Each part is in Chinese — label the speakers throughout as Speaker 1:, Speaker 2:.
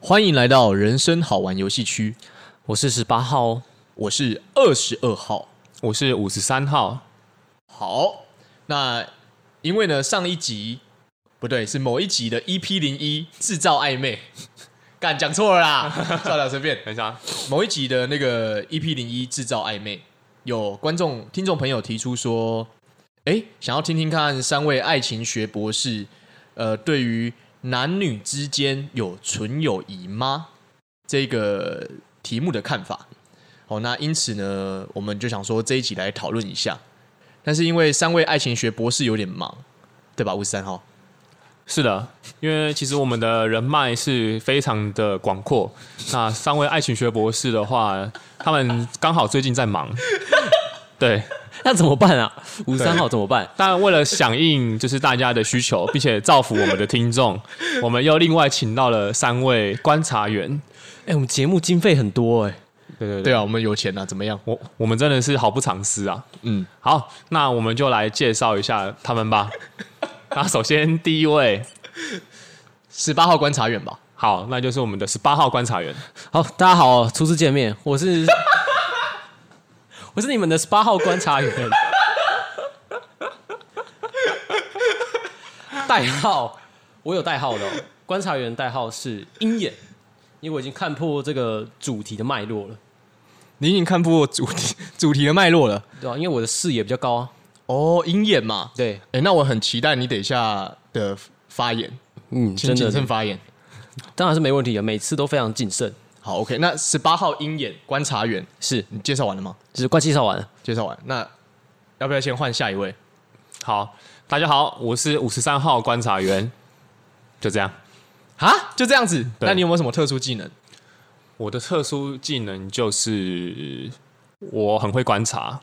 Speaker 1: 欢迎来到人生好玩游戏区，
Speaker 2: 我是十八号哦，
Speaker 1: 我是二十二号。
Speaker 2: 我是五十三号，
Speaker 1: 好，那因为呢，上一集不对，是某一集的 EP 零一制造暧昧， 干讲错了 啦，算了，随便。
Speaker 2: 等一下，
Speaker 1: 某一集的那个 EP 零一制造暧昧，有观众听众朋友提出说，哎，想要听听看三位爱情学博士，呃，对于男女之间有纯友谊吗这个题目的看法。好，那因此呢，我们就想说这一集来讨论一下。但是因为三位爱情学博士有点忙，对吧？五十三号，
Speaker 2: 是的，因为其实我们的人脉是非常的广阔。那三位爱情学博士的话，他们刚好最近在忙， 对。
Speaker 3: 那怎么办啊？五十三号怎么办？
Speaker 2: 但为了响应就是大家的需求，并且造福我们的听 众，我们又另外请到了三位观察员。
Speaker 3: 哎、我们节目经费很多哎、
Speaker 2: 对对
Speaker 1: 对啊，我们有钱啊，怎么样？
Speaker 2: 我我们真的是毫不藏私啊。
Speaker 1: 嗯，
Speaker 2: 好，那我们就来介绍一下他们吧。那首先第一位，
Speaker 1: 十八号观察员吧。
Speaker 2: 好，那就是我们的十八号观察员。
Speaker 3: 好，大家好，初次见面，我是 我是你们的十八号观察员， 代号我有代号的、哦，观察员代号是鹰眼，因为我已经看破这个主题的脉络了，
Speaker 1: 你已经看破主题 主题的脉络了。
Speaker 3: 对吧、因为我的视野比较高啊，
Speaker 1: 哦，鹰眼嘛，
Speaker 3: 对，
Speaker 1: 哎、那我很期待你等一下的发言，
Speaker 3: 嗯，
Speaker 1: 请
Speaker 3: 真
Speaker 1: 谨
Speaker 3: 的
Speaker 1: 慎发言。
Speaker 3: 当然是没问题的，每次都非常谨慎，
Speaker 1: 好，OK，那十八号鹰眼观察员，
Speaker 3: 是，
Speaker 1: 你介绍完了吗？
Speaker 3: 只是快介绍完了，
Speaker 1: 介绍完，那要不要先换下一位？
Speaker 2: 好，大家好，我是五十三号观察员，就这样。
Speaker 1: 啊，就这样子。
Speaker 2: 对
Speaker 1: 那你有没有什么特殊技能？
Speaker 2: 我的特殊技能就是我很会观察，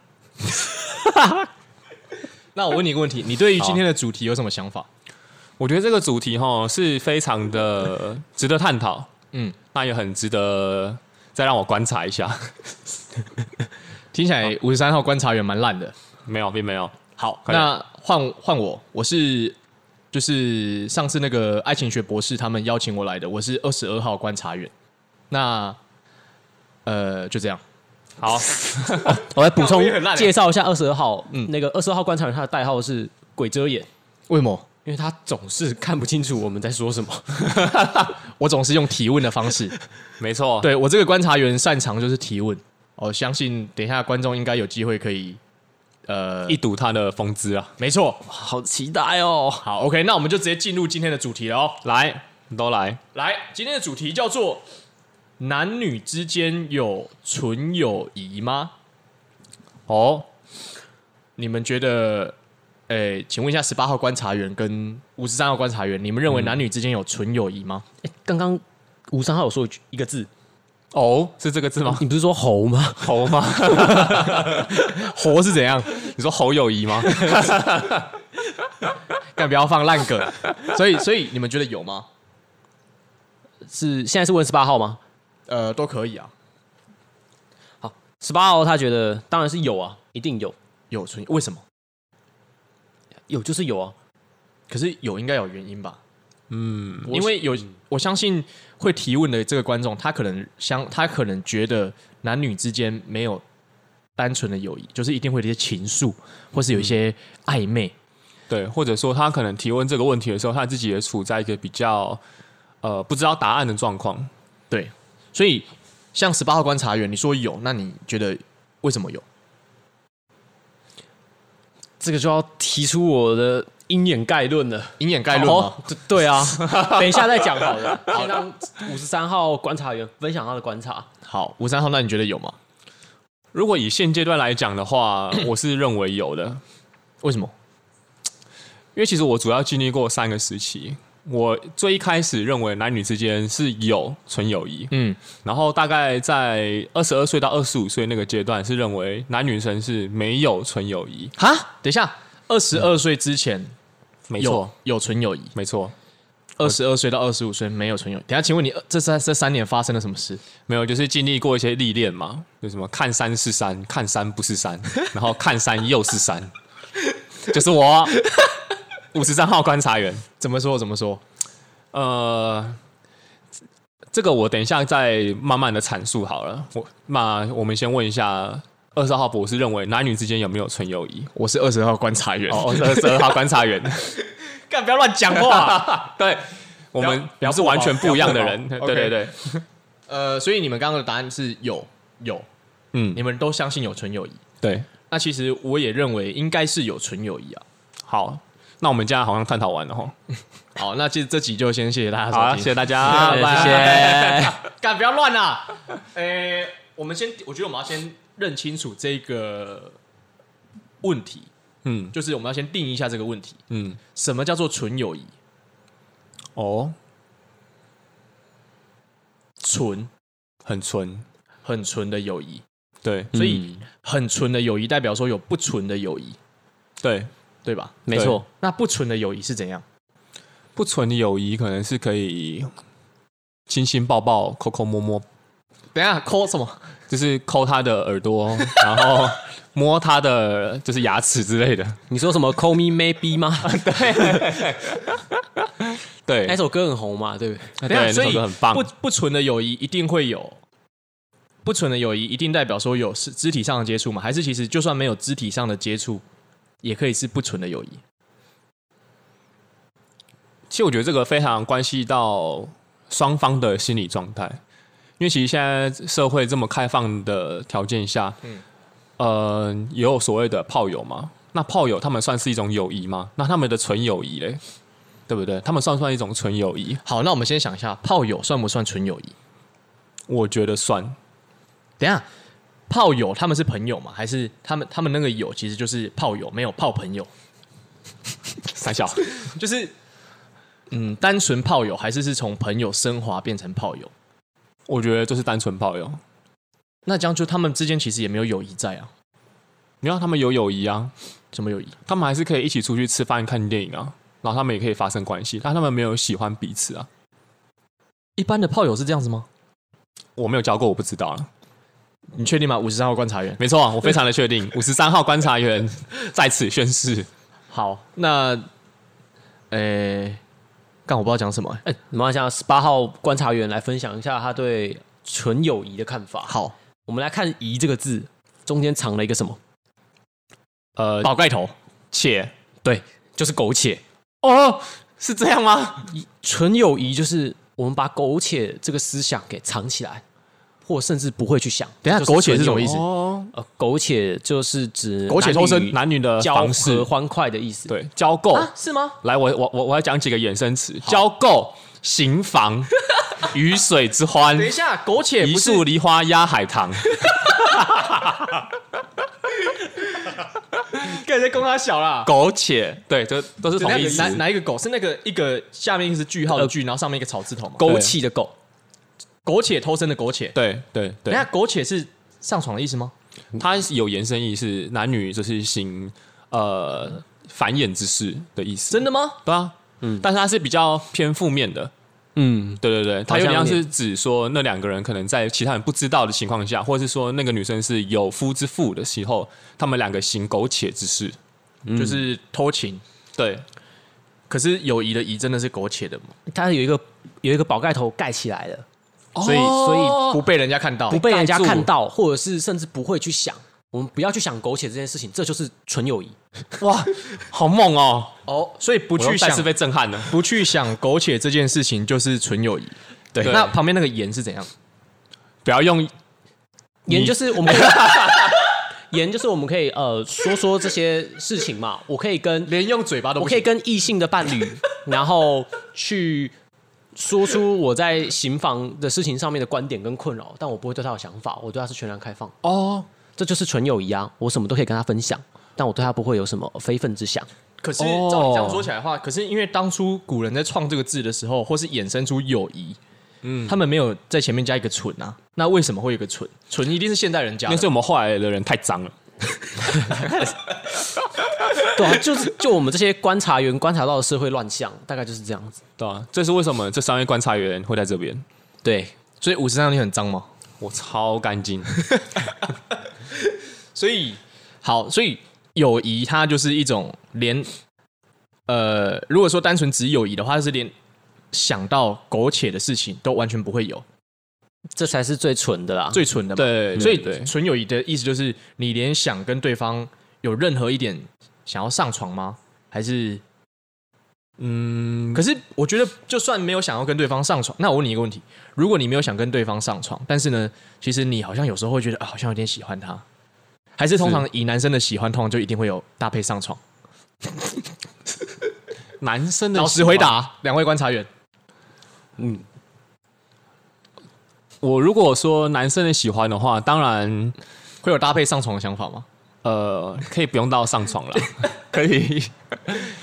Speaker 1: 那我问你一个问 题，你对于今天的主题有什么想法？
Speaker 2: 我觉得这个主题哈是非常的值得探讨，
Speaker 1: 嗯
Speaker 2: 嗯，那也很值得再让我观察一下。
Speaker 1: 听起来五十三号观察员蛮烂的。
Speaker 2: 没有，并没有。
Speaker 1: 好，
Speaker 2: 快点
Speaker 1: 那换换我，我是就是上次那个爱情学博士他们邀请我来的，我是二十二号观察员。那呃，就这样。
Speaker 2: 好，
Speaker 3: 我来补充
Speaker 1: 我也很烂欸
Speaker 3: 介绍一下二十二号，
Speaker 1: 嗯
Speaker 3: 那个二十二号观察员他的代号是鬼遮眼。
Speaker 1: 为什么？
Speaker 3: 因为他总是看不清楚我们在说什么。
Speaker 1: 我总是用提问的方 式。
Speaker 2: 没错，
Speaker 1: 对我这个观察员擅长就是提问。我相信等一下观众应该有机会可以，呃，
Speaker 2: 一睹他的风姿啊！
Speaker 1: 没错。
Speaker 3: 好期待哦！
Speaker 1: 好，OK，那我们就直接进入今天的主题了哦。
Speaker 2: 来，都来，
Speaker 1: 来，今天的主题叫做“男女之间有纯友谊吗
Speaker 2: 哦，”。
Speaker 1: 你们觉得？诶，请问一下，十八号观察员跟五十三号观察员，你们认为男女之间有纯友谊吗？
Speaker 3: 诶欸刚刚吴三号有说一句一个字，
Speaker 2: 哦，是这个字吗？
Speaker 3: 你不是说猴吗？
Speaker 2: 猴吗？
Speaker 1: 活是怎样？
Speaker 2: 你说侯友谊吗？
Speaker 1: 干不要放烂梗。所以，所以你们觉得有吗？
Speaker 3: 是现在是问十八号吗？
Speaker 1: 呃，都可以啊，
Speaker 3: 十八号他觉得当然是有啊，一定有，
Speaker 1: 有纯为什么？
Speaker 3: 有就是有啊。
Speaker 1: 可是有应该有原因吧？
Speaker 2: 嗯，
Speaker 1: 因为有，我相信会提问的这个观众，他可能相，他可能觉得男女之间没有单纯的友谊，就是一定会有一些情愫，或是有一些暧昧。
Speaker 2: 嗯对，或者说他可能提问这个问题的时候，他自己也处在一个比较呃不知道答案的状况。
Speaker 1: 对，所以像十八号观察员，你说有，那你觉得为什么有？
Speaker 3: 这个就要提出我的鹰眼概论了。
Speaker 1: 以眼概论吗？
Speaker 3: 哦对对 啊，等一下再讲好了。先让五十三号观察员分享他的观察。
Speaker 1: 好，五三号，那你觉得有吗？
Speaker 2: 如果以现阶段来讲的 话，我是认为有的，
Speaker 1: 为什么？
Speaker 2: 因为其实我主要经历过三个时期。我最一开始认为男女之间是有纯友谊，
Speaker 1: 嗯，
Speaker 2: 然后大概在二十二岁到二十五岁那个阶段是认为男女生是没有纯友谊。
Speaker 1: 哈，等一下，二十二岁之前
Speaker 2: 没
Speaker 1: 有
Speaker 2: 错，
Speaker 1: 有纯友谊，
Speaker 2: 没错，
Speaker 1: 二十二岁到二十五岁没有纯友谊。等一下，请问你呃这三这三年发生了什么事？
Speaker 2: 没有，就是经历过一些历练嘛，就什么看山是山，看山不是 山，然后看山又是山，就是我啊五十三号观察员。
Speaker 1: 怎么说？怎么说？
Speaker 2: 呃，这个我等一下再慢慢的阐述好了。我那我们先问一下二十号博士认为男女之间有没有纯友谊？
Speaker 1: 我是二十号观察员，
Speaker 2: 哦，二十二号观察员，
Speaker 1: 干不要乱讲话。
Speaker 2: 对我
Speaker 3: 要
Speaker 2: 们
Speaker 3: 不要
Speaker 2: 是
Speaker 3: 不好
Speaker 2: 完全不一样的人，
Speaker 1: 不好
Speaker 2: 对对对，
Speaker 1: 呃，所以你们刚刚的答案是有有，
Speaker 2: 嗯
Speaker 1: 你们都相信有纯友谊。
Speaker 2: 对，
Speaker 1: 那其实我也认为应该是有纯友谊啊。
Speaker 2: 好，那我们现在好像探讨完了哈，
Speaker 1: 好，那其实这集就先谢谢大家收
Speaker 2: 好啊，
Speaker 1: 听，
Speaker 2: 谢谢大家，
Speaker 1: 谢谢
Speaker 2: 拜
Speaker 1: 谢
Speaker 2: 拜
Speaker 1: 谢
Speaker 3: 谢。
Speaker 1: 干不要乱 啦。诶、我们先，我觉得我们要先认清楚这个问题，
Speaker 2: 嗯
Speaker 1: 就是我们要先定义一下这个问题，
Speaker 2: 嗯，
Speaker 1: 什么叫做纯友谊？
Speaker 2: 哦，
Speaker 1: 纯，
Speaker 2: 很纯，
Speaker 1: 很纯的友谊，
Speaker 2: 对，
Speaker 1: 所以很纯的友谊代表说有不纯的友谊，
Speaker 2: 对，
Speaker 1: 对吧？
Speaker 2: 没错
Speaker 1: 对。那不纯的友谊是怎样？
Speaker 2: 不纯的友谊可能是可以亲亲抱抱、抠抠摸摸，
Speaker 1: 等一下抠什
Speaker 2: 啊
Speaker 1: 么？
Speaker 2: 就是抠他的耳朵，然后摸他的就是牙齿之类 的。
Speaker 3: 你说什么 Call Me Maybe 吗？
Speaker 2: 对，
Speaker 3: 那首歌很红嘛，对不
Speaker 2: 对，
Speaker 3: 对？
Speaker 1: 等一
Speaker 2: 那
Speaker 1: 下所
Speaker 2: 首
Speaker 1: 以
Speaker 2: 歌很棒
Speaker 1: 不。不纯的友谊一定会有。不纯的友谊一定代表说有是肢体上的接触吗？还是其实就算没有肢体上的接触，也可以是不纯的友谊？
Speaker 2: 其实我觉得这个非常关系到双方的心理状态，因为其实现在社会这么开放的条件下，嗯，呃，也有所谓的炮友嘛。那炮友他们算是一种友谊吗？那他们的纯友谊嘞，对不对？他们算不算一种纯友谊？
Speaker 1: 好，那我们先想一下，炮友算不算纯友谊？
Speaker 2: 我觉得算。
Speaker 1: 等一下，炮友他们是朋友吗？还是他们他们那个友其实就是炮友，没有炮朋友，
Speaker 2: 三小，
Speaker 1: 就是嗯，单纯炮友，还是是从朋友升华变成炮友？
Speaker 2: 我觉得就是单纯炮友。
Speaker 1: 那这样就他们之间其实也没有友谊在啊，
Speaker 2: 你看他们有友谊啊，
Speaker 1: 什么友谊？
Speaker 2: 他们还是可以一起出去吃饭、看电影啊，然后他们也可以发生关系，但他们没有喜欢彼此啊。
Speaker 1: 一般的炮友是这样子吗？
Speaker 2: 我没有教过，我不知道了。
Speaker 1: 你确定吗？五十三号观察员。
Speaker 2: 没错啊，我非常的确定。五十三号观察员在此宣誓。
Speaker 1: 好，那诶，干、我不知道讲什么、
Speaker 3: 哎，我们想十八号观察员来分享一下他对纯友谊的看法。
Speaker 1: 好，
Speaker 3: 我们来看“谊”这个字中间藏了一个什么？
Speaker 2: 呃，
Speaker 1: 宝盖头，
Speaker 2: 且
Speaker 3: 对，就是苟且。
Speaker 2: 哦，是这样吗？
Speaker 3: 纯友谊就是我们把苟且这个思想给藏起来，或甚至不会去想。
Speaker 1: 等一下
Speaker 3: 就是
Speaker 1: 苟且是什么
Speaker 3: 纯友
Speaker 1: 意
Speaker 3: 谊
Speaker 1: 思
Speaker 2: 哦，
Speaker 3: 呃，苟且就是指
Speaker 1: 苟且偷生
Speaker 2: 男女的
Speaker 3: 交
Speaker 2: 方式
Speaker 3: 合，欢快的意思。
Speaker 2: 对，交够。
Speaker 3: 啊，是吗？
Speaker 2: 来，我我我我要讲几个衍生词：交够、行房、 鱼水之欢、
Speaker 1: 等一下，苟且
Speaker 2: 一
Speaker 1: 不是
Speaker 2: 树梨花压 海棠。
Speaker 1: 跟人家公他小啦。
Speaker 2: 苟且，对，这都是
Speaker 1: 是
Speaker 2: 同
Speaker 1: 那
Speaker 2: 义
Speaker 1: 个
Speaker 2: 词
Speaker 1: 哪。哪一个狗？是那个一个下面一个是句号的句，然后上面一个草字头嘛？
Speaker 3: 苟且的苟，
Speaker 1: 苟且偷生的苟且。
Speaker 2: 对对
Speaker 1: 等
Speaker 2: 对
Speaker 1: 一，下苟且是上床的意思吗？
Speaker 2: 它有延伸意是男女就是行呃繁衍之事的意思。
Speaker 1: 真的吗？
Speaker 2: 对啊，嗯，但是它是比较偏负面的。
Speaker 3: 嗯，
Speaker 2: 对对对，它
Speaker 3: 好
Speaker 2: 有
Speaker 3: 像
Speaker 2: 点像
Speaker 3: 有
Speaker 2: 是指说那两个人可能在其他人不知道的情况下，或者是说那个女生是有夫之妇的时候，他们两个行苟且之事。
Speaker 1: 就是偷情。
Speaker 2: 对，
Speaker 1: 可是友谊的谊真的是苟且的吗？
Speaker 3: 它有一个有一个宝盖头盖起来了，
Speaker 1: 所以所以不被人家看到
Speaker 3: 不。被人家
Speaker 2: 盖住
Speaker 3: 看到，或者是甚至不会去想。我们不要去想苟且这件事情，这就是纯友谊。
Speaker 2: 哇，好猛哦！
Speaker 1: 哦，所以不
Speaker 2: 我
Speaker 1: 去
Speaker 2: 又再
Speaker 1: 想
Speaker 2: 次被震撼了。
Speaker 1: 不去想苟且这件事情就是纯友谊。对
Speaker 2: 对
Speaker 1: 那旁边那个盐是怎样？
Speaker 2: 不要用
Speaker 3: 盐就是我们可以， 盐就是我们可以呃说说这些事情嘛。我可以跟
Speaker 1: 连用嘴巴都
Speaker 3: 我
Speaker 1: 不
Speaker 3: 可以
Speaker 1: 行。
Speaker 3: 跟异性的伴 侣，然后去说出我在刑房的事情上面的观点跟困扰，但我不会对他有想法，我对他是全然开放，
Speaker 2: 哦，
Speaker 3: 这就是纯友谊啊！我什么都可以跟他分享，但我对他不会有什么非分之想。
Speaker 1: 可是
Speaker 2: 哦
Speaker 1: 照你这样说起来的话，可是因为当初古人在创这个字的时候，或是衍生出友谊，嗯，他们没有在前面加一个“纯”啊，那为什么会有一个“纯”？“纯”一定是现代人加
Speaker 2: 那
Speaker 1: 的
Speaker 2: 是。我们后来的人太脏了。
Speaker 3: 对啊，就是就我们这些观察员观察到的社会乱象，大概就是这样子。
Speaker 2: 对啊，这是为什么这三位观察员会在这边。
Speaker 3: 对，
Speaker 1: 所以五十三你很脏吗？
Speaker 2: 我超干 净，
Speaker 1: 所以好，所以友谊它就是一种连呃，如果说单纯只友谊的话，它是连想到苟且的事情都完全不会有，
Speaker 3: 这才是最蠢的啦。
Speaker 1: 最蠢的嘛。
Speaker 2: 对，
Speaker 1: 所以
Speaker 2: 嗯对
Speaker 1: 纯友谊的意思就是，你连想跟对方有任何一点想要上床吗？还是？
Speaker 2: 嗯，
Speaker 1: 可是我觉得，就算没有想要跟对方上床，那我问你一个问题：如果你没有想跟对方上床，但是呢，其实你好像有时候会觉得啊，好像有点喜欢他，还是通常以男生的喜欢，通常就一定会有搭配上床。
Speaker 2: 男生的
Speaker 1: 老
Speaker 2: 喜
Speaker 1: 实
Speaker 2: 欢
Speaker 1: 回，答，两位观察员，
Speaker 3: 嗯，
Speaker 2: 我如果说男生的喜欢的话，当然
Speaker 1: 会有搭配上床的想法吗？
Speaker 2: 呃，可以不用到上 床了，可以。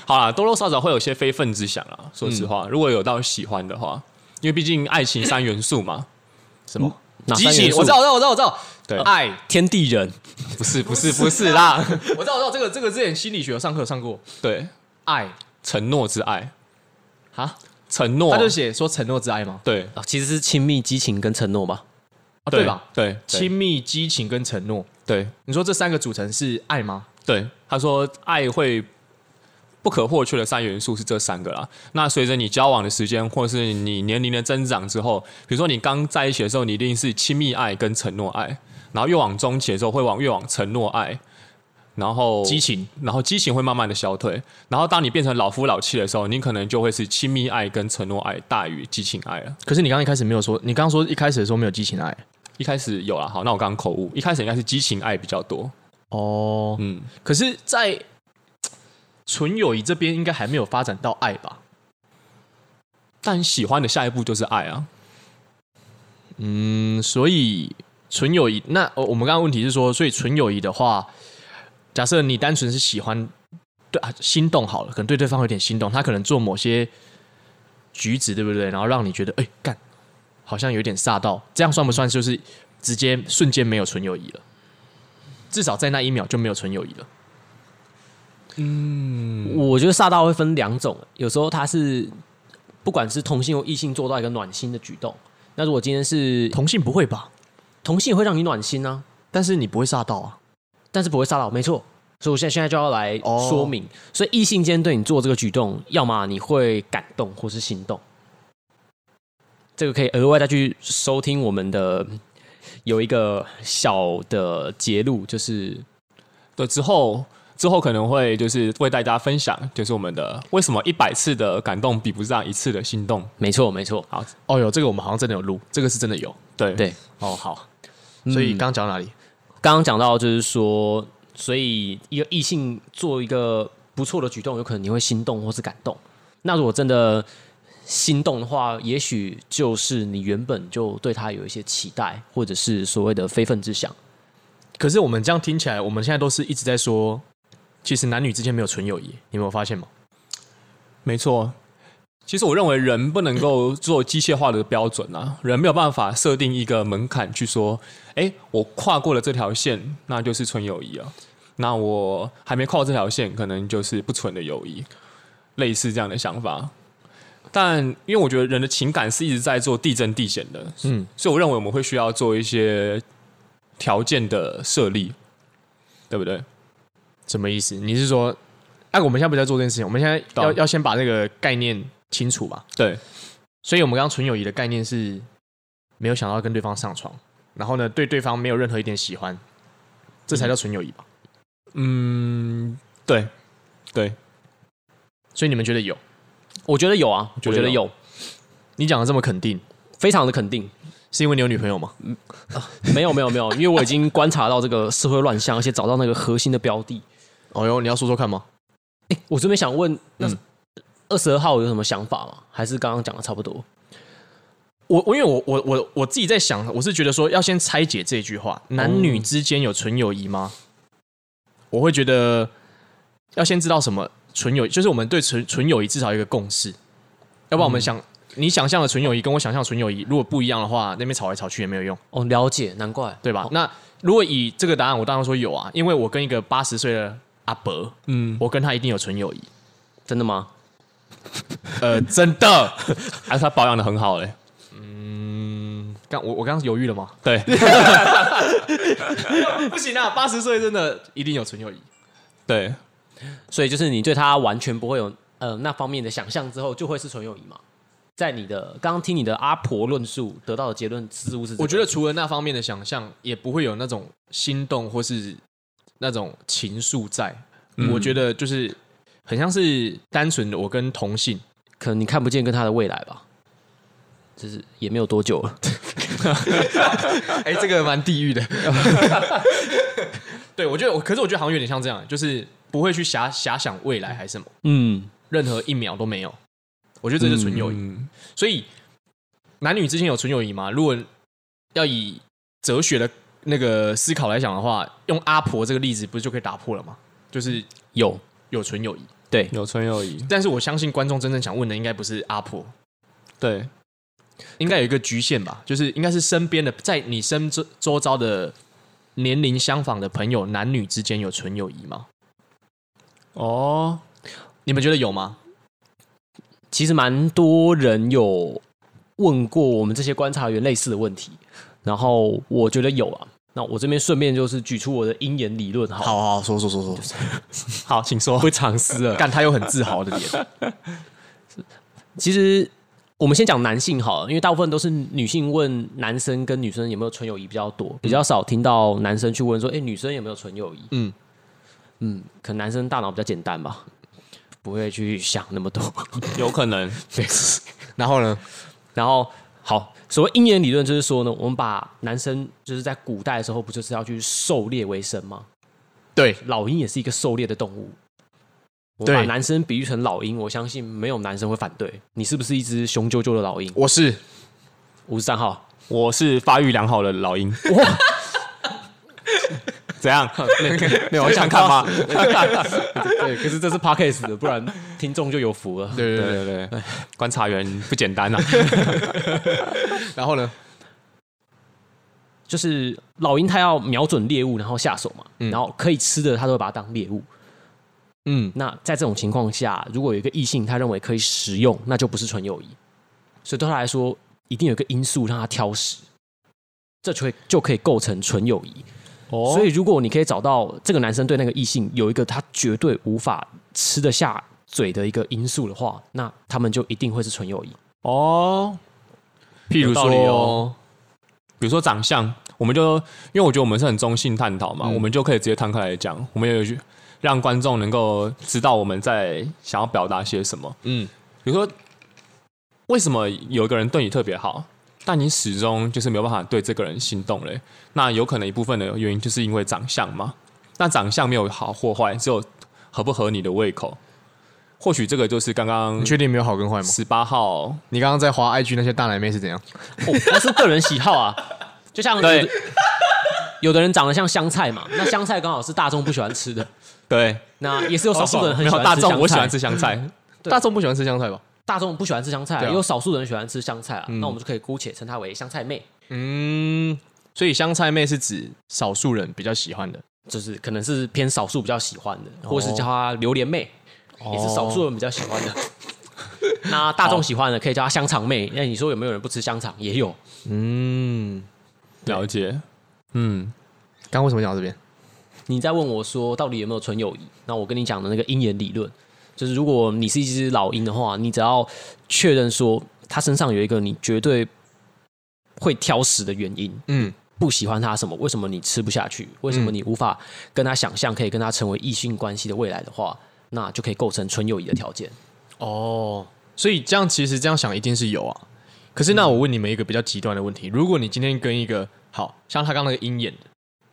Speaker 2: 好啦，多多少少会有些非分之想啦。说实话，如果有到喜欢的话，因为毕竟爱情三元素嘛，
Speaker 1: 什么？
Speaker 3: 哪
Speaker 1: 激
Speaker 3: 三
Speaker 1: 情？
Speaker 3: 元素
Speaker 1: 我知道，我知道，我知道，
Speaker 2: 对
Speaker 1: 我知道。爱，
Speaker 3: 天地人，
Speaker 2: 不是 不是不是啦，
Speaker 1: 我知道，我知道，这个这个之前心理学有上课有上过。
Speaker 2: 对，
Speaker 1: 爱
Speaker 2: 承诺之爱，
Speaker 1: 啊，
Speaker 2: 承诺
Speaker 1: 他就写说承诺之爱吗？
Speaker 2: 对
Speaker 3: 啊其实是亲密、激情跟承诺吧。
Speaker 1: 啊，对吧？？
Speaker 2: 哦对，
Speaker 1: 亲密、激情跟承诺，
Speaker 2: 对
Speaker 1: 你说这三个组成是爱吗？
Speaker 2: 对，他说爱会不可或缺的三元素是这三个啦。那随着你交往的时间，或是你年龄的增长之后，比如说你刚在一起的时候，你一定是亲密爱跟承诺爱，然后越往中期的时候，会往越往承诺爱，然后
Speaker 1: 激情，
Speaker 2: 然后激情会慢慢的消退，然后当你变成老夫老妻的时候，你可能就会是亲密爱跟承诺爱大于激情爱了。
Speaker 1: 可是你刚刚一开始没有说，你刚刚说一开始的时候没有激情爱
Speaker 2: 一开始有啦，好，那我刚刚口误，一开始应该是激情爱比较多，
Speaker 1: 哦。
Speaker 2: 嗯，
Speaker 1: 可是，在纯友谊这边应该还没有发展到爱吧？
Speaker 2: 但喜欢的下一步就是爱啊，
Speaker 1: 嗯，所以纯友谊，那呃我们刚刚问题是说，所以纯友谊的话，假设你单纯是喜欢，对啊，心动好了，可能对对方有点心动，他可能做某些举止，对不对？然后让你觉得，哎、干，好像有点煞到，这样算不算就是直接瞬间没有纯友谊了？至少在那一秒就没有纯友谊了。
Speaker 3: 我觉得撒到会分两种，有时候他是不管是同性或异性做到一个暖心的举动，那如果今天是
Speaker 1: 同性不会吧？
Speaker 3: 同性也会让你暖心啊，
Speaker 1: 但是你不会煞到啊。
Speaker 3: 但是不会撒到，没错。所以我现在现在就要来
Speaker 1: 哦
Speaker 3: 说明，所以异性间对你做这个举动，要么你会感动或是心动，这个可以额外再去收听我们的有一个小的节录，就是
Speaker 2: 对，之后之后可能会就是为大家分享，就是我们的为什么一百次的感动比不上一次的心动。
Speaker 3: 没错没错，
Speaker 2: 好，
Speaker 1: 哦哟，这个我们好像真的有录，这个是真的有。
Speaker 2: 对
Speaker 3: 对，
Speaker 1: 哦，好。所以
Speaker 3: 嗯
Speaker 1: 刚刚讲到哪里？
Speaker 3: 刚刚讲到就是说，所以一个异性做一个不错的举动，有可能你会心动或是感动。那如果真的心动的话，也许就是你原本就对他有一些期待，或者是所谓的非分之想。
Speaker 1: 可是我们这样听起来，我们现在都是一直在说，其实男女之间没有纯友谊，你有没有发现吗？
Speaker 2: 没错。其实我认为人不能够做机械化的标准啊， 人没有办法设定一个门槛去说，哎，我跨过了这条线，那就是纯友谊啊。那我还没跨过这条线，可能就是不纯的友谊，类似这样的想法。但因为我觉得人的情感是一直在做递增递减的，
Speaker 1: 嗯
Speaker 2: 嗯，所以我认为我们会需要做一些条件的设立，对不对？
Speaker 1: 什么意思？你是说，哎、我们现在不在做这件事情，我们现在要
Speaker 2: 懂
Speaker 1: 要先把那个概念清楚吧。
Speaker 2: 对，
Speaker 1: 所以我们刚刚纯友谊的概念是没有想到跟对方上床，然后呢，对对方没有任何一点喜欢，这才叫纯友谊吧？
Speaker 2: 嗯，对，对，
Speaker 1: 所以你们觉得有？
Speaker 3: 我觉得有啊，我
Speaker 2: 觉
Speaker 3: 觉
Speaker 2: 得有
Speaker 3: 得有，
Speaker 1: 你讲的这么肯定，
Speaker 3: 非常的肯定。
Speaker 1: 是因为你有女朋友吗？
Speaker 3: 没有没有没有，因为我已经观察到这个社会乱象，而且找到那个核心的标的。
Speaker 1: 哦哟，你要说说看吗？
Speaker 3: 我这边想问，那
Speaker 1: 嗯
Speaker 3: 二十二号有什么想法吗？还是刚刚讲的差不多？
Speaker 1: 我我因为我我我我自己在想，我是觉得说要先拆解这句话，男女之间有纯友谊吗？我会觉得要先知道什么纯友谊，就是我们对纯纯友谊至少有一个共识，要不然我们想、你想象的纯友谊跟我想象的纯友谊如果不一样的话，那边吵来吵去也没有用，
Speaker 3: 哦，了解，难怪。
Speaker 1: 对吧？那如果以这个答案，我当然说有啊，因为我跟一个八十岁的阿伯，
Speaker 2: 嗯，
Speaker 1: 我跟他一定有纯友谊，
Speaker 3: 真的吗？
Speaker 1: 呃，真的。
Speaker 2: 还是他保养的很好嘞、
Speaker 1: 刚我我刚刚犹豫了吗？
Speaker 2: 对
Speaker 1: 不行啊，八十岁真的一定有纯友谊。
Speaker 2: 对，
Speaker 3: 所以就是你对他完全不会有呃那方面的想象之后，就会是纯友谊嘛？在你的刚刚听你的阿婆论述得到的结论，似乎是这个
Speaker 1: 我觉得除了那方面的想象，也不会有那种心动或是那种情愫在。
Speaker 2: 嗯
Speaker 1: 我觉得就是很像是单纯的我跟同性，
Speaker 3: 可能你看不见跟他的未来吧，就是也没有多久了。
Speaker 1: 哎、这个蛮地狱的。 对，我觉得我，可是我觉得好像有点像这样，就是不会去遐遐想未来还是什么，
Speaker 3: 嗯，
Speaker 1: 任何一秒都没有。我觉得这是纯友谊。
Speaker 2: 嗯
Speaker 1: 所以男女之间有纯友谊吗？如果要以哲学的那个思考来讲的话，用阿婆这个例子不是就可以打破了吗？就是
Speaker 3: 有
Speaker 1: 有纯友谊，
Speaker 3: 对，
Speaker 2: 有纯友谊，
Speaker 1: 但是我相信观众真正想问的应该不是阿婆，
Speaker 2: 对，
Speaker 1: 应该有一个局限吧，就是应该是身边的，在你身周周遭的年龄相仿的朋友，男女之间有纯友谊吗？
Speaker 2: 哦，
Speaker 1: 你们觉得有吗？
Speaker 3: 其实蛮多人有问过我们这些观察员类似的问题，然后我觉得有啊。那我这边顺便就是举出我的鹰眼理论好了，
Speaker 1: 好，说说说说，
Speaker 2: 好，请说。
Speaker 3: 不藏私了。
Speaker 1: 干他有很自豪的脸，
Speaker 3: 其实我们先讲男性好了，因为大部分都是女性问男生跟女生有没有纯友谊比较多，比较少听到男生去问说，哎、女生有没有纯友谊？
Speaker 1: 嗯
Speaker 3: 嗯，可能男生大脑比较简单吧，不会去想那么多。
Speaker 2: 有可能，
Speaker 1: 然后呢？
Speaker 3: 然后，好，所谓鹰眼理论就是说呢，我们把男生就是在古代的时候，不就是要去狩猎为生吗？
Speaker 1: 对，
Speaker 3: 老鹰也是一个狩猎的动物。我
Speaker 1: 对
Speaker 3: 把男生比喻成老鹰，我相信没有男生会反对。你是不是一只雄赳赳的老鹰？
Speaker 1: 我是
Speaker 3: 五十三号，
Speaker 2: 我是发育良好的老鹰。 怎样？没有想看吗？
Speaker 3: 对，可是这是 podcast 的，不然听众就有福了。
Speaker 1: 对对对，
Speaker 2: 对对对，观察员不简 单啊。
Speaker 1: 然后呢？
Speaker 3: 就是老鹰它要瞄准猎物，然后下手嘛，然后可以吃的它都会把它当猎物。
Speaker 1: 嗯，
Speaker 3: 那在这种情况下，如果有一个异性他认为可以食用，那就不是纯友谊。所以对他来说，一定有一个因素让他挑食，这就会就可以构成纯友谊。
Speaker 2: 哦
Speaker 3: 所以如果你可以找到这个男生对那个异性有一个他绝对无法吃得下嘴的一个因素的话，那他们就一定会是纯友谊。
Speaker 2: 哦，譬如
Speaker 1: 有道
Speaker 2: 说，
Speaker 1: 理哦
Speaker 2: 比如说长相，我们就因为我觉得我们是很中性探讨
Speaker 1: 嗯
Speaker 2: 嘛，我们就可以直接摊开来讲，我们也有去让观众能够知道我们在想要表达些什么。
Speaker 1: 嗯，
Speaker 2: 比如说，为什么有一个人对你特别好，但你始终就是没有办法对这个人心动嘞？那有可能一部分的原因就是因为长相嘛。那长相没有好或坏，只有合不合你的胃口。或许这个就是刚刚
Speaker 1: 你确定没有好跟坏吗？
Speaker 2: 十八号
Speaker 1: 你刚刚在滑 IG 那些大奶妹是怎样？
Speaker 3: 哦， 那是个人喜好啊，就像有的
Speaker 2: 对
Speaker 3: 有的人长得像香菜嘛，那香菜刚好是大众不喜欢 吃的，
Speaker 2: 对，
Speaker 3: 那也是有少数的人很
Speaker 2: 哦没
Speaker 3: 喜
Speaker 2: 有
Speaker 3: 欢吃
Speaker 2: 大
Speaker 3: 香
Speaker 2: 众，我喜
Speaker 3: 菜
Speaker 2: 欢吃香 菜。
Speaker 3: 对
Speaker 1: 大众不喜欢吃香菜吧？
Speaker 3: 大众不喜欢吃香菜、
Speaker 1: 对啊
Speaker 3: 也有少数人喜欢吃香菜
Speaker 2: 嗯
Speaker 3: 啊，那我们就可以姑且称她为香菜妹，
Speaker 1: 嗯，所以香菜妹是指少数人比较喜欢的。
Speaker 3: 就是可能是偏少数比较喜欢的，
Speaker 2: 哦
Speaker 3: 或是叫她榴莲妹，也是少数人比较喜欢的。那大众喜欢的可以叫她香肠妹，那你说有没有人不吃香肠？也有，
Speaker 1: 嗯，
Speaker 2: 了解，嗯，
Speaker 1: 刚刚为什么讲到这边？
Speaker 3: 你在问我说到底有没有纯友谊？那我跟你讲的那个鹰眼理论，就是如果你是一只老鹰的话，你只要确认说它身上有一个你绝对会挑食的原因，
Speaker 1: 嗯，
Speaker 3: 不喜欢它什么，为什么你吃不下去，为什么你无法跟他想象可以跟他成为异性关系的未来的话，那就可以构成纯友谊的条件。
Speaker 1: 哦，所以这样其实这样想一定是有啊。可是那我问你们一个比较极端的问题：如果你今天跟一个好像他刚那个鹰眼的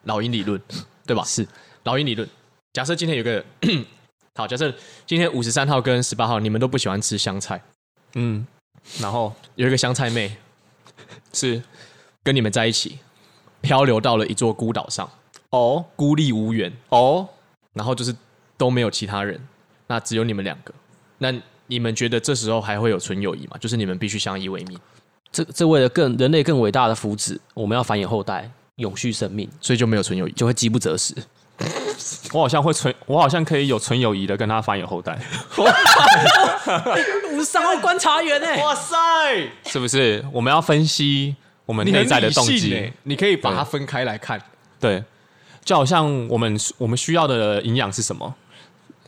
Speaker 1: 老鹰理 论，对吧？
Speaker 3: 是
Speaker 1: 老鹰理论。假设今天有个 好，假设今天五十三号跟十八号你们都不喜欢吃香菜，
Speaker 2: 嗯，然后
Speaker 1: 有一个香菜妹
Speaker 2: 是
Speaker 1: 跟你们在一起，漂流到了一座孤岛上，
Speaker 2: 哦
Speaker 1: 孤立无援，
Speaker 2: 哦，
Speaker 1: 然后就是都没有其他人，那只有你们两个。那你们觉得这时候还会有纯友谊吗？就是你们必须相依为命，
Speaker 3: 这这为了更人类更伟大的福祉，我们要繁衍后代，永续生命，
Speaker 1: 所以就没有纯友谊。
Speaker 3: 就会饥不择食。
Speaker 2: 我好像会存，我好像可以有纯友谊的跟他繁衍后代，
Speaker 3: 五三号观察员哎、
Speaker 1: 哇塞，
Speaker 2: 是不是？我们要分析我们内在的动机，
Speaker 1: 欸
Speaker 3: 欸
Speaker 1: 你可以把它分开来看。
Speaker 2: 对，就好像我们我们需要的营养是什么？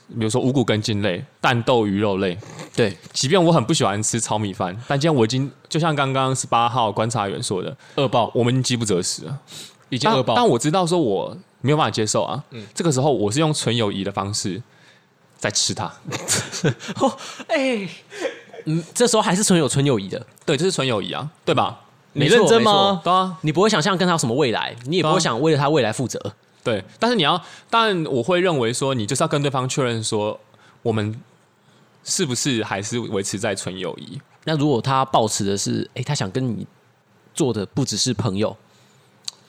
Speaker 2: 比如说五谷根茎类、蛋豆鱼肉类。
Speaker 3: 对，
Speaker 2: 即便我很不喜欢吃糙米饭，但既然我已经就像刚刚十八号观察员说的，
Speaker 1: 恶报
Speaker 2: 我们已经饥不择食了。
Speaker 1: 已经恶
Speaker 2: 但
Speaker 1: 报，
Speaker 2: 但我知道说我没有办法接受啊。
Speaker 3: 嗯
Speaker 2: 这个时候我是用纯友谊的方式在吃它。
Speaker 3: 哎，嗯，这时候还是纯有纯友谊的，
Speaker 2: 对，这是纯友谊啊，对吧？
Speaker 1: 你
Speaker 3: 没错
Speaker 1: 认真？
Speaker 3: 没
Speaker 1: 吗
Speaker 3: 错？
Speaker 2: 对啊，
Speaker 3: 你不会想象跟他有什么未来，你也不
Speaker 2: 对
Speaker 3: 会
Speaker 2: 啊
Speaker 3: 想为了他未来负责。
Speaker 2: 对。但是你要，但我会认为说，你就是要跟对方确认说，我们是不是还是维持在纯友谊？
Speaker 3: 那如果他抱持的是，哎，他想跟你做的不只是朋友，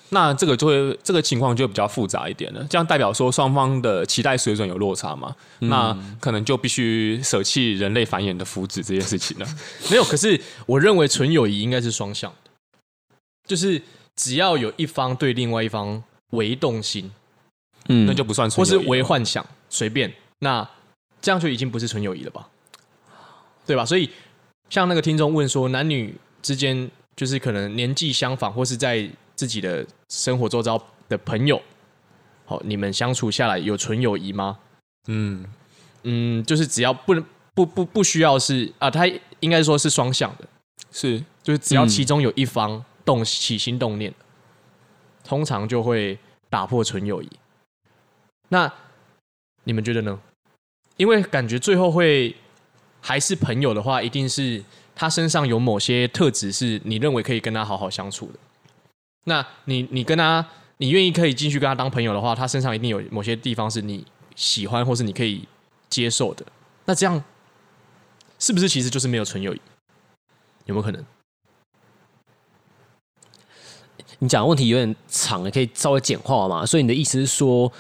Speaker 2: 那这个就会这个情况就比较复杂一点了。这样代表说双方的期待水准有落差嘛？
Speaker 3: 嗯
Speaker 2: 那可能就必须舍弃人类繁衍的福祉这件事情了。
Speaker 1: 没有，可是我认为纯友谊应该是双向的，就是只要有一方对另外一方为动心，
Speaker 3: 嗯
Speaker 2: 那就不算
Speaker 1: 或
Speaker 2: 纯
Speaker 1: 是
Speaker 2: 友谊了。
Speaker 1: 为幻想，随便，那这样就已经不是纯友谊了吧？对吧？所以像那个听众问说，男女之间就是可能年纪相仿，或是在自己的生活周遭的朋友，好，你们相处下来有纯友谊吗？
Speaker 2: 嗯，
Speaker 1: 嗯，就是只要不能不不不需要是啊，他应该说是双向的，
Speaker 2: 是
Speaker 1: 就是只要
Speaker 3: 嗯
Speaker 1: 其中有一方动起心动念，通常就会打破纯友谊。那你们觉得呢？因为感觉最后会还是朋友的话，一定是他身上有某些特质是你认为可以跟他好好相处的。那你你跟他，你愿意可以继续跟他当朋友的话，他身上一定有某些地方是你喜欢或是你可以接受的。那这样是不是其实就是没有纯友谊？有没有可能？
Speaker 3: 你讲的问题有点长，可以稍微简化嘛？所以你的意思是说，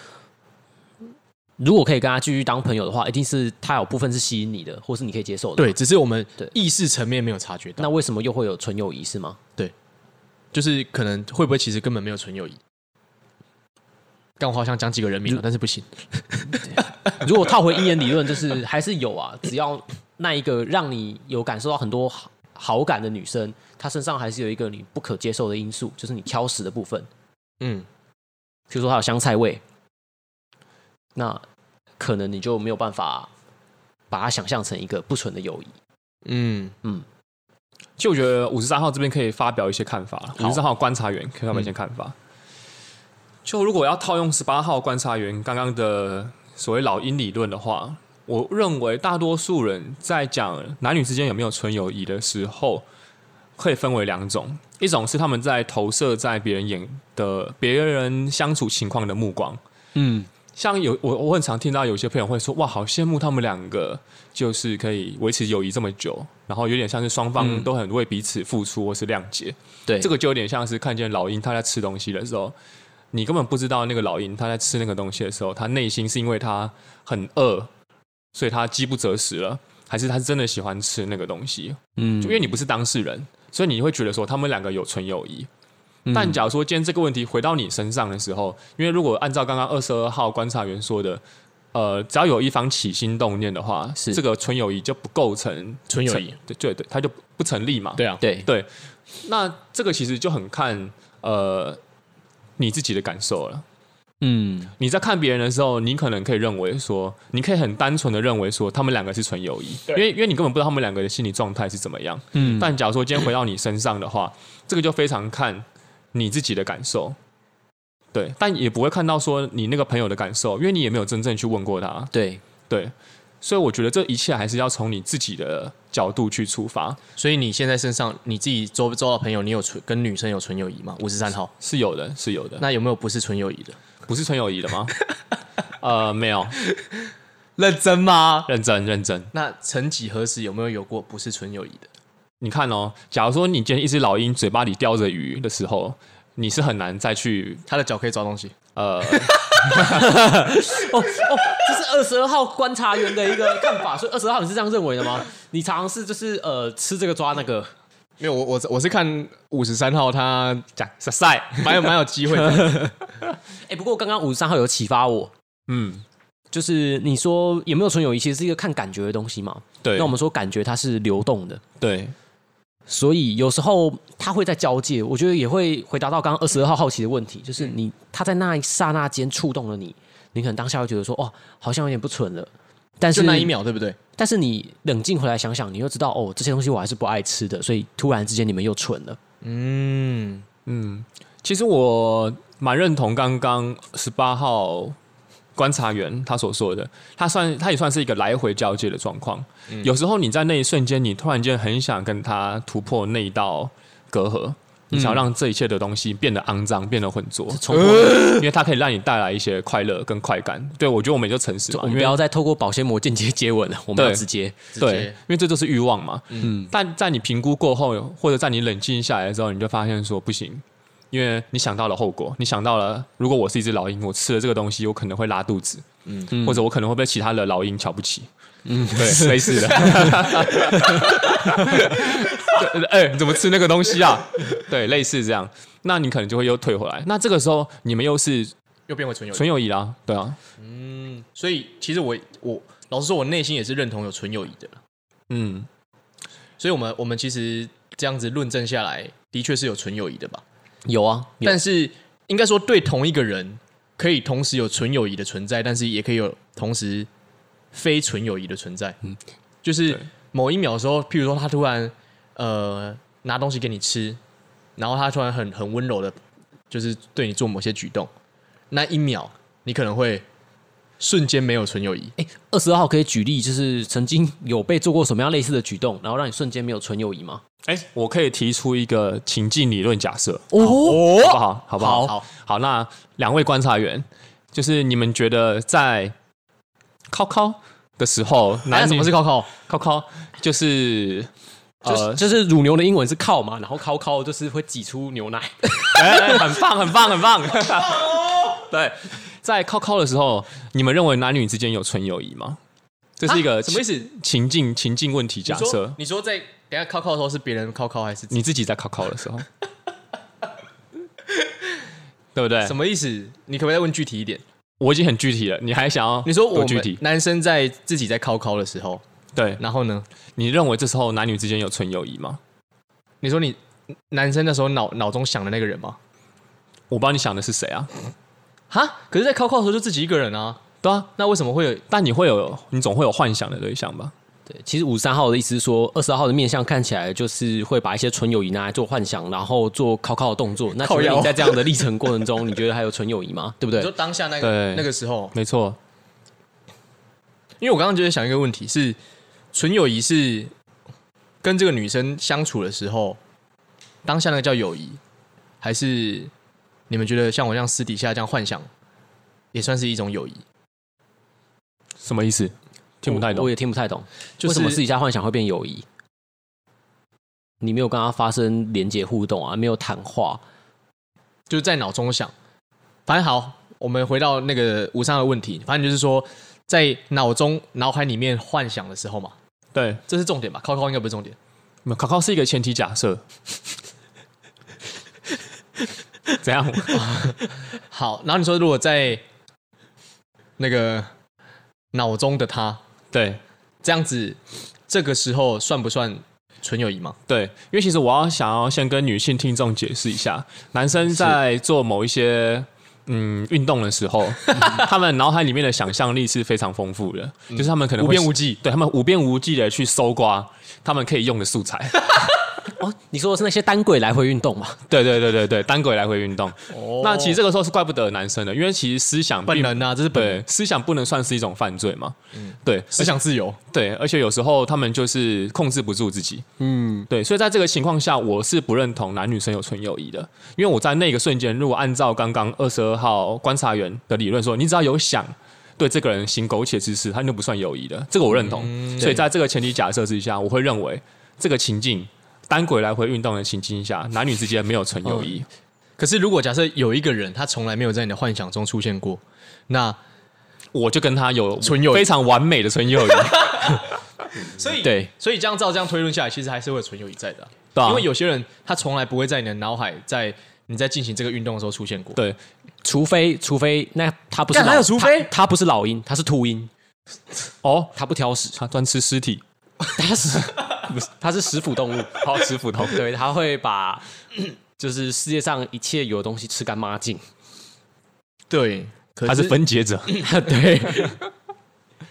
Speaker 3: 如果可以跟他继续当朋友的话，一定是他有部分是吸引你的，或是你可以接受的。，
Speaker 1: 对，只是我们
Speaker 3: 对
Speaker 1: 意识层面没有察觉到，
Speaker 3: 那为什么又会有纯友谊是吗？
Speaker 1: 就是可能会不会其实根本没有纯友谊？但我好想讲几个人名了，但是不行。
Speaker 3: 如果套回一言理论，就是 还是有啊，只要那一个让你有感受到很多好好感的女生，她身上还是有一个你不可接受的因素，就是你挑食的部分，
Speaker 1: 嗯，
Speaker 3: 比如说她有香菜味，那可能你就没有办法把它想象成一个不纯的友谊。
Speaker 1: 嗯，
Speaker 2: 其实我觉得五十三号这边可以发表一些看法，
Speaker 1: 好
Speaker 2: 五十三号观察员可以发表一些看法。就如果要套用十八号观察员刚刚的所谓老鹰理论的话，我认为大多数人在讲男女之间有没有纯友谊的时候，可以分为两种，一种是他们在投射在别人眼的别人相处情况的目光，
Speaker 3: 嗯，
Speaker 2: 像有我我很常听到有些朋友会说，哇，好羡慕他们两个，就是可以维持友谊这么久，然后有点像是双方都很为彼此付出或是谅解。
Speaker 3: 对，
Speaker 2: 这个就有点像是看见老鹰它在吃东西的时候，你根本不知道那个老鹰它在吃那个东西的时候，它内心是因为它很饿，所以它饥不择食了，还是它是真的喜欢吃那个东西？
Speaker 3: 嗯
Speaker 2: 就因为你不是当事人，所以你会觉得说他们两个有纯友谊。
Speaker 1: 嗯
Speaker 2: 但假如说今天这个问题回到你身上的时候，因为如果按照刚刚二十二号观察员说的，呃，只要有一方起心动念的话，
Speaker 3: 是
Speaker 2: 这个纯友谊就不构成
Speaker 1: 纯友谊，
Speaker 2: 对对对，它就不不成立嘛。
Speaker 1: 对啊，
Speaker 3: 对，
Speaker 2: 那这个其实就很看呃你自己的感受了。
Speaker 3: 嗯，
Speaker 2: 你在看别人的时候，你可能可以认为说，你可以很单纯的认为说，他们两个是纯友谊，因为因为你根本不知道他们两个的心理状态是怎么样。嗯，但假如说今天回到你身上的话，这个就非常看你自己的感受，对，但也不会看到说你那个朋友的感受，因为你也没有真正去问过他，
Speaker 3: 对，
Speaker 2: 对，所以我觉得这一切还是要从你自己的角度去出发，
Speaker 1: 所以你现在身上你自己周周到朋友，你有纯跟女生有纯友谊吗？五十三号，
Speaker 2: 是有的，是有的，
Speaker 1: 那有没有不是纯友谊的？
Speaker 2: 不是纯友谊的吗？呃，没有，
Speaker 1: 认真吗？
Speaker 2: 认真认真。
Speaker 1: 那曾几何时有没有有过不是纯友谊的？
Speaker 2: 你看哦，假如说你今天一只老鹰嘴巴里叼着鱼的时候，你是很难再去
Speaker 1: 他的脚可以抓东西，
Speaker 2: 呃，
Speaker 3: 哦哦，这是二十二号观察员的一个看法，所以二十二号你是这样认为的吗？你常常是就是呃吃这个抓那个，
Speaker 1: 没有，我我我是看五十三号他
Speaker 2: 讲赛，
Speaker 1: 蛮有蛮有机会的，
Speaker 3: 哎、不过刚刚五十三号有启发我，
Speaker 2: 嗯，
Speaker 3: 就是你说有没有纯友谊，其实是一个看感觉的东西嘛。
Speaker 2: 对，
Speaker 3: 那我们说感觉它是流动的，
Speaker 2: 对
Speaker 3: 所以有时候它会在交界，我觉得也会回答到刚刚二十二号好奇的问题，就是你它在那一刹那间触动了你，你可能当下会觉得说哦，好像有点不纯了，但
Speaker 1: 就是那一秒，对不对？
Speaker 3: 但是你冷静回来想想，你就知道哦，这些东西我还是不爱吃的，所以突然之间你们又蠢了。
Speaker 1: 嗯，
Speaker 2: 其实我蛮认同刚刚十八号观察员他所说的，他算他也算是一个来回交界的状况。
Speaker 3: 嗯
Speaker 2: 有时候你在那一瞬间，你突然间很想跟他突破那一道隔阂，你想要让这一切的东西变得肮脏，变得浑浊，
Speaker 3: 重播，
Speaker 2: 因为它可以让你带来一些快乐跟快感。对我觉得我们也就诚实嘛，
Speaker 3: 我
Speaker 2: 因
Speaker 3: 们不
Speaker 2: 为
Speaker 3: 要再透过保鲜膜间接接吻了，我们
Speaker 2: 对
Speaker 3: 要直接。
Speaker 1: 直
Speaker 2: 对，
Speaker 1: 接
Speaker 2: 因为这就是欲望嘛。嗯，但在你评估过后，或者在你冷静下来之后，你就发现说不行，因为你想到了后果，你想到了如果我是一只老鹰，我吃了这个东西，我可能会拉肚子，嗯，或者我可能会被其他的老鹰瞧不 起，嗯，对，类似的。 对哎、你怎么吃那个东西啊？对，类似这样，那你可能就会又退回来。那这个时候你们又是
Speaker 1: 又变回纯友谊。
Speaker 2: 纯友谊啦，对啊，
Speaker 1: 所以其实我我老实说，我内心也是认同有纯友谊的啦。
Speaker 2: 嗯，
Speaker 1: 所以我们我们其实这样子论证下来，的确是有纯友谊的吧？
Speaker 3: 有啊，有
Speaker 1: 但是应该说，对同一个人可以同时有纯友谊的存在，但是也可以有同时非纯友谊的存在。嗯，就是
Speaker 2: 对
Speaker 1: 某一秒的时候，譬如说他突然呃拿东西给你吃，然后他突然很很温柔的，就是对你做某些举动，那一秒你可能会瞬间没有纯友谊。
Speaker 3: 二十二号可以举例，就是曾经有被做过什么样类似的举动，然后让你瞬间没有纯友谊吗？
Speaker 2: 哎、我可以提出一个情境理论假设，
Speaker 3: 哦，
Speaker 2: 好不好？好不好？
Speaker 1: 好，
Speaker 2: 好，那两位观察员，就是你们觉得在考考的时候，
Speaker 1: 哎那
Speaker 2: 男
Speaker 1: 什
Speaker 2: 女
Speaker 1: 么是靠靠？
Speaker 2: 考考？就是
Speaker 3: 就是
Speaker 2: 呃，
Speaker 3: 就是乳牛的英文是靠嘛，然后靠靠就是会挤出牛奶，
Speaker 2: 哎、哎很棒，很棒，很棒。对，在考考的时候，你们认为男女之间有纯友谊吗？这是一个
Speaker 1: 啊什么意思？
Speaker 2: 情境情境问题假
Speaker 1: 你
Speaker 2: 设
Speaker 1: 说，你说在等一下靠靠的时候是别人靠靠还是
Speaker 2: 你自己在考考的时候，对不对
Speaker 1: 什？么意思？你可不可以再问具体一点？
Speaker 2: 我已经很具体了，你还想要
Speaker 1: 你说我
Speaker 2: 多
Speaker 1: 们
Speaker 2: 具体？
Speaker 1: 男生在自己在靠靠的时候，
Speaker 2: 对，
Speaker 1: 然后呢？
Speaker 2: 你认为这时候男女之间有纯友谊吗？
Speaker 1: 你说你男生那时候脑脑中想的那个人吗？
Speaker 2: 我不知道你想的是谁啊？
Speaker 1: 哈，可是，在靠靠的时候就自己一个人啊，
Speaker 2: 对啊，
Speaker 1: 那为什么会有？
Speaker 2: 但你会有，你总会有幻想的对象吧？
Speaker 3: 对，其实五十三号的意思是说，二十二号的面相看起来就是会把一些纯友谊拿来做幻想，然后做考考的动作。那
Speaker 1: 靠
Speaker 3: 请问
Speaker 1: 腰
Speaker 3: 你在这样的历程过程中，你觉得还有纯友谊吗？对不
Speaker 1: 你说
Speaker 3: 对？
Speaker 1: 当下那个
Speaker 2: 对
Speaker 1: 那个时候，
Speaker 2: 没错，
Speaker 1: 因为我刚刚就在想一个问题是，纯友谊是跟这个女生相处的时候，当下那个叫友谊，还是你们觉得像我这样私底下这样幻想，也算是一种友谊？
Speaker 2: 什么意思？听不太
Speaker 3: 我，我
Speaker 2: 懂。
Speaker 3: 也听不太懂。
Speaker 1: 就
Speaker 3: 为什么
Speaker 1: 是
Speaker 3: 私底下幻想会变友谊？你没有跟他发生连接互动啊，没有谈话，
Speaker 1: 就是在脑中想。反正好，我们回到那个无伤的问题，反正就是说，在脑中脑海里面幻想的时候嘛，
Speaker 2: 对，
Speaker 1: 这是重点吧？靠靠应该不是重点。
Speaker 2: 没有考考是一个前提假设。 怎样？
Speaker 1: 好，然后你说如果在那个脑中的他
Speaker 2: 对
Speaker 1: 这样子，这个时候算不算纯友谊吗？
Speaker 2: 对，因为其实我要想要先跟女性听众解释一下，男生在做某一些嗯运动的 时候，他们脑海里面的想象力是非常丰富的，就是他们可
Speaker 1: 嗯
Speaker 2: 能
Speaker 1: 无
Speaker 2: 会
Speaker 1: 边无际，
Speaker 2: 对他们无边无际的去搜刮他们可以用的素材。
Speaker 3: 哦，你说的是那些单轨来回运动嘛？
Speaker 2: 对对对对对，单轨来回运动。
Speaker 1: 哦
Speaker 2: 那其实这个时候是怪不得男生的，因为其实思想
Speaker 1: 本
Speaker 2: 并
Speaker 1: 能嗯啊，这是本能
Speaker 2: 对思想不能算是一种犯罪嘛。对
Speaker 1: 思想自由。
Speaker 2: 对，而且有时候他们就是控制不住自己。嗯，对，所以在这个情况下，我是不认同男女生有纯友谊的，因为我在那个瞬间，如果按照刚刚二十二号观察员的理论说，你只要有想。对这个人行苟且之事，他就不算友谊的，这个我认同。所以在这个前提假设之下，我会认为这个情境单轨来回运动的情境下，男女之间没有纯友
Speaker 1: 嗯
Speaker 2: 谊。
Speaker 1: 可是如果假设有一个人，他从来没有在你的幻想中出现过，那
Speaker 2: 我就跟他有
Speaker 1: 纯友谊
Speaker 2: 非常完美的纯友谊，
Speaker 1: 所以
Speaker 3: 对，
Speaker 1: 所以这样照这样推论下来，其实还是会有纯友谊在的啊、
Speaker 2: 对啊
Speaker 1: 因为有些人他从来不会在你的脑海，在你在进行这个运动的时候出现过。
Speaker 2: 对，
Speaker 3: 除非除非那他不是
Speaker 1: 干
Speaker 3: 老
Speaker 1: 还有除非
Speaker 3: 他他不是老鹰，他是秃鹰，
Speaker 2: 哦，
Speaker 3: 他不挑食，
Speaker 2: 他专吃尸体，
Speaker 3: 他是不是他是食腐动物，
Speaker 2: 好吃斧头，
Speaker 3: 对，他会把 就是世界上一切有的东西吃干抹净。
Speaker 1: 对，可
Speaker 2: 他是分解者，
Speaker 3: 对，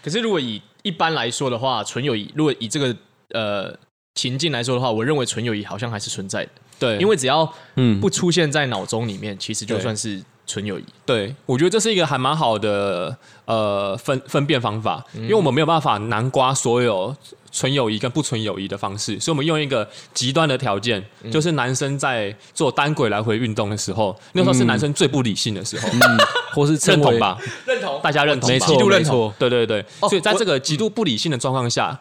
Speaker 1: 可是如果以一般来说的话，纯友谊如果以这个呃情境来说的话，我认为纯友谊好像还是存在的，
Speaker 2: 对，
Speaker 1: 因
Speaker 2: 为
Speaker 1: 为只要
Speaker 2: 嗯
Speaker 1: 不出现在脑中里面，其实就
Speaker 2: 对
Speaker 1: 算是纯友谊。
Speaker 2: 对，我觉得这是一个还蛮好的呃分分辨方法，
Speaker 3: 嗯
Speaker 2: 因为我们没有办法南瓜所有纯友谊跟不纯友谊的方式，所以我们用一个极端的条件，
Speaker 3: 嗯
Speaker 2: 就是男生在做单轨来回运动的时候，那时候是男生最不理性的时候，
Speaker 3: 或是
Speaker 2: 认
Speaker 3: 称
Speaker 2: 同
Speaker 3: 嗯为
Speaker 2: 吧？
Speaker 1: 认同
Speaker 2: 大家认同吧，
Speaker 3: 没错
Speaker 1: 极度认
Speaker 3: 没错
Speaker 1: 同。
Speaker 2: 对对对，
Speaker 1: 哦
Speaker 2: 所以在这个极度不理性的状况下，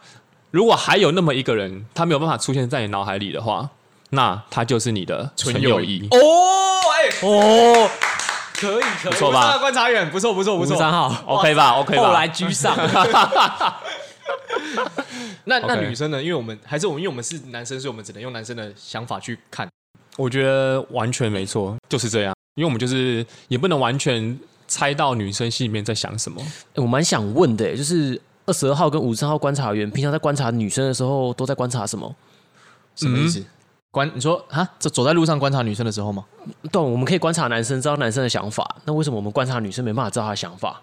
Speaker 2: 如果还有那么一个人，他没有办法出现在你脑海里的话，那他就是你的纯友谊。
Speaker 1: 哦，哎、
Speaker 3: 哦，可以可
Speaker 2: 不
Speaker 3: 以，
Speaker 2: 错
Speaker 1: 我们上
Speaker 2: 吧
Speaker 1: 了观察员不错不错不
Speaker 3: 五
Speaker 1: 错
Speaker 3: 十。三号
Speaker 2: OK 吧？OK 吧？
Speaker 3: 后来居 上，
Speaker 1: 那那
Speaker 2: OK
Speaker 1: 女生呢？因为我们还是我们，因为我们是男生，所以我们只能用男生的想法去看。
Speaker 2: 我觉得完全没错，就是这样。因为我们就是也不能完全猜到女生心里面在想什么。
Speaker 3: 欸我蛮想问的欸、就是二十二号跟五十三号观察员，平常在观察女生的时候，都在观察什么？
Speaker 1: 什么意思？观你说啊，这走在路上观察女生的时候吗？
Speaker 3: 懂？啊我们可以观察男生，知道男生的想法。那为什么我们观察女生没办法知道她的想法？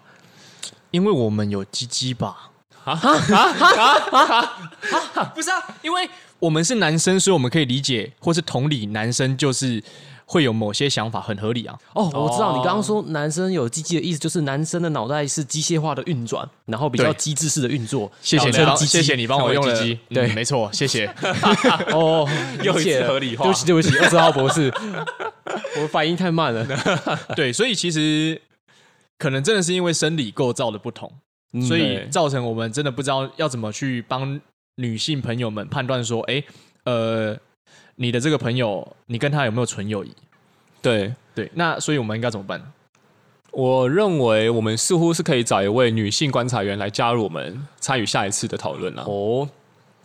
Speaker 1: 因为我们有鸡鸡吧？
Speaker 2: 啊啊啊啊！
Speaker 1: 不是啊，因为我们是男生，所以我们可以理解或是同理男生就是会有某些想法，很合理啊。
Speaker 3: 哦，我知道你刚刚说男生有机器的意思，就是男生的脑袋是机械化的运转，然后比较
Speaker 1: 对
Speaker 3: 机制式的运作。
Speaker 1: 谢谢
Speaker 2: 小
Speaker 1: 你
Speaker 2: 聊
Speaker 1: 帮，
Speaker 2: 鸡鸡
Speaker 1: 谢谢你帮我用了
Speaker 2: 小聊鸡鸡，
Speaker 1: 对，没错，谢谢。
Speaker 3: 哦，
Speaker 2: 又一次
Speaker 3: 理解了
Speaker 2: 合理化
Speaker 3: 对不起，对不起，二十号博 士，我反应太慢了。
Speaker 1: 对，所以其实可能真的是因为生理构造的不同，
Speaker 3: 嗯
Speaker 1: 所以
Speaker 2: 对
Speaker 1: 造成我们真的不知道要怎么去帮女性朋友们判断说，哎，呃，你的这个朋友，你跟他有没有纯友谊？
Speaker 2: 对，
Speaker 1: 对，那所以我们应该怎么办？
Speaker 2: 我认为我们似乎是可以找一位女性观察员来加入我们参与下一次的讨论啊了。
Speaker 3: 哦，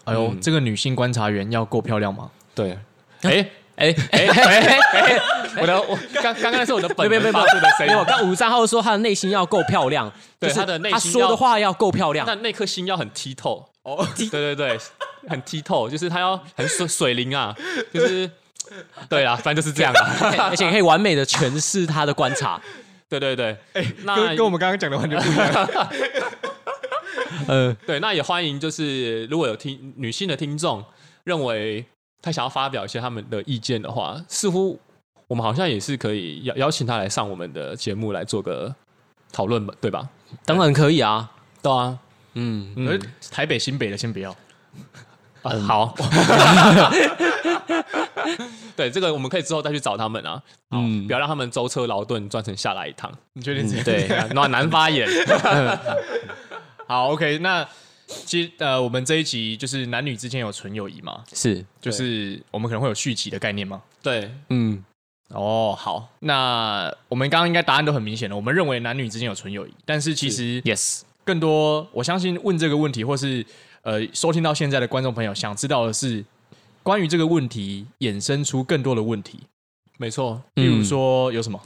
Speaker 1: 哎呦，
Speaker 2: 嗯
Speaker 1: 这个女性观察员要够漂亮吗？
Speaker 2: 对，哎
Speaker 3: 哎
Speaker 2: 哎哎哎， 我的我刚刚刚是我的本
Speaker 3: 没有
Speaker 2: 能
Speaker 3: 没有没
Speaker 2: 发
Speaker 3: 有
Speaker 2: 出的声
Speaker 3: 没有，
Speaker 2: 音，
Speaker 3: 刚五十三号说他的内心要够漂亮，
Speaker 2: 对
Speaker 3: 就是
Speaker 2: 他的内
Speaker 3: 他
Speaker 2: 心
Speaker 3: 说
Speaker 2: 要
Speaker 3: 的话要够漂亮。
Speaker 2: 但那颗心要很剔透。
Speaker 1: 哦，
Speaker 2: 对对对，很剔透，就是它要很水水灵啊，就是对啊，反正就是这样啊。
Speaker 3: 嘿而且可以完美的诠释他的观察。
Speaker 2: 对对对，那
Speaker 1: 跟跟我们刚刚讲的完全不一样。
Speaker 3: 呃，
Speaker 2: 对，那也欢迎，就是如果有听女性的听众认为她想要发表一些他们的意见的话，似乎我们好像也是可以邀邀请她来上我们的节目来做个讨论吧，对吧？
Speaker 3: 当然可以啊。
Speaker 2: 对啊，
Speaker 3: 嗯，
Speaker 1: 可
Speaker 2: 嗯
Speaker 1: 是，呃台北新北的先不要，
Speaker 2: 啊好，对，这个我们可以之后再去找他们啊，嗯，
Speaker 3: 嗯
Speaker 2: 不要让他们舟车劳顿转成下来一趟，
Speaker 1: 你确定这样？
Speaker 2: 对，暖男发言，
Speaker 1: 好，OK，那其实呃，我们这一集就是男女之间有纯友谊嘛，
Speaker 3: 是，
Speaker 1: 就是我们可能会有续集的概念吗？
Speaker 2: 对，
Speaker 3: 嗯，
Speaker 1: 哦，好，那我们刚刚应该答案都很明显了。我们认为男女之间有纯友谊，但是其实
Speaker 3: yes，
Speaker 1: 更多，我相信问这个问题，或是呃收听到现在的观众朋友想知道的是，关于这个问题衍生出更多的问题，
Speaker 2: 没错，
Speaker 1: 例如
Speaker 3: 嗯
Speaker 1: 说有什么？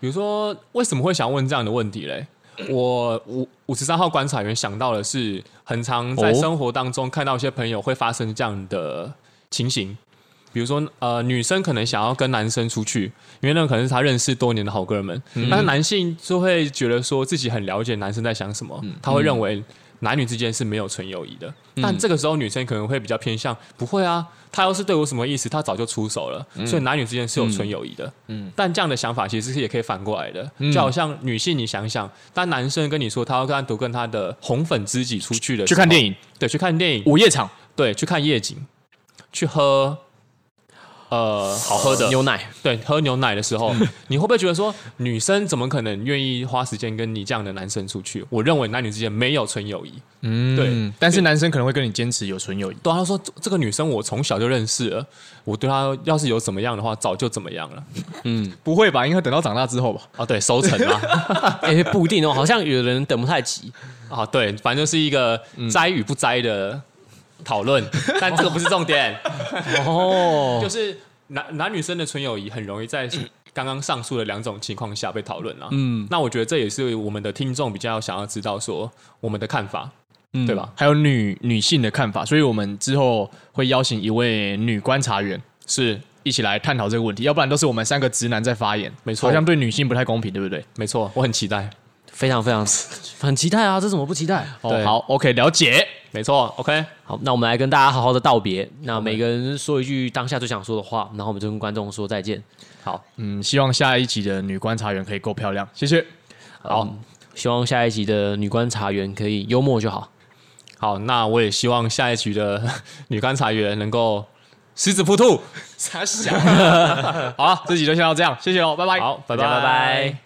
Speaker 2: 比如说，为什么会想问这样的问题嘞？我五五十三号观察员想到的是，很常在
Speaker 3: 哦
Speaker 2: 生活当中看到一些朋友会发生这样的情形，比如说呃，女生可能想要跟男生出去，因为那可能是她认识多年的好哥们，但是男性就会觉得说自己很了解男生在想什么，他会认为男女之间是没有纯友谊的。但这个时候女生可能会比较偏向，不会啊，他要是对我什么意思，他早就出手了，所以男女之间是有纯友谊的。嗯，但这样的想法其实是也可以反过来的，就好像女性你想想，当男生跟你说他要单独跟他的红粉知己出去的，
Speaker 1: 去看电
Speaker 2: 影，
Speaker 1: 影，
Speaker 2: 对，去看电影，
Speaker 1: 午夜场，
Speaker 2: 对，去看夜景，去喝。呃，好喝的
Speaker 3: 牛 奶，
Speaker 2: 对，喝牛奶的时候，你会不会觉得说，女生怎么可能愿意花时间跟你这样的男生出去？我认为男女之间没有纯友谊。
Speaker 1: 嗯，
Speaker 2: 对。
Speaker 1: 但是男生可能会跟你坚持有纯友谊，
Speaker 2: 对啊，他说这这个女生我从小就认识了，我对她要是有怎么样的话，早就怎么样了。
Speaker 1: 不会吧？应该等到长大之后吧。
Speaker 2: 啊，对，收成啊，
Speaker 3: 哎，不一定哦，好像有人等不太及。
Speaker 2: 啊，对，反正是一个栽与不栽的讨论，但这个不是重点，
Speaker 3: 哦，
Speaker 2: 就是男男女生的纯友谊很容易在刚刚上述的两种情况下被讨论了。嗯，那我觉得这也是我们的听众比较想要知道说我们的看法，对吧？
Speaker 1: 啊还有女女性的看法，所以我们之后会邀请一位女观察员
Speaker 2: 是，
Speaker 1: 一起来探讨这个问题，要不然都是我们三个直男在发言，
Speaker 2: 没错
Speaker 1: 好像对女性不太公平，对不对？
Speaker 2: 没错，我很期待。
Speaker 3: 非常非常很期待啊，这怎么不期待？
Speaker 1: 哦，
Speaker 2: 对
Speaker 1: 好，OK，了解。
Speaker 2: 没错，OK，
Speaker 3: 好，那我们来跟大家好好的道别，那每个人说一句当下最想说的话，然后我们就跟观众说再见。好，
Speaker 1: 嗯，希望下一集的女观察员可以够漂亮，谢谢。
Speaker 3: 好，希望下一集的女观察员可以幽默就好。
Speaker 2: 好，那我也希望下一局的 女观察员能够狮子扑兔。
Speaker 1: 傻想。好了，这集就先到这样，谢谢喽，拜拜。
Speaker 2: 好，拜
Speaker 3: 大家拜拜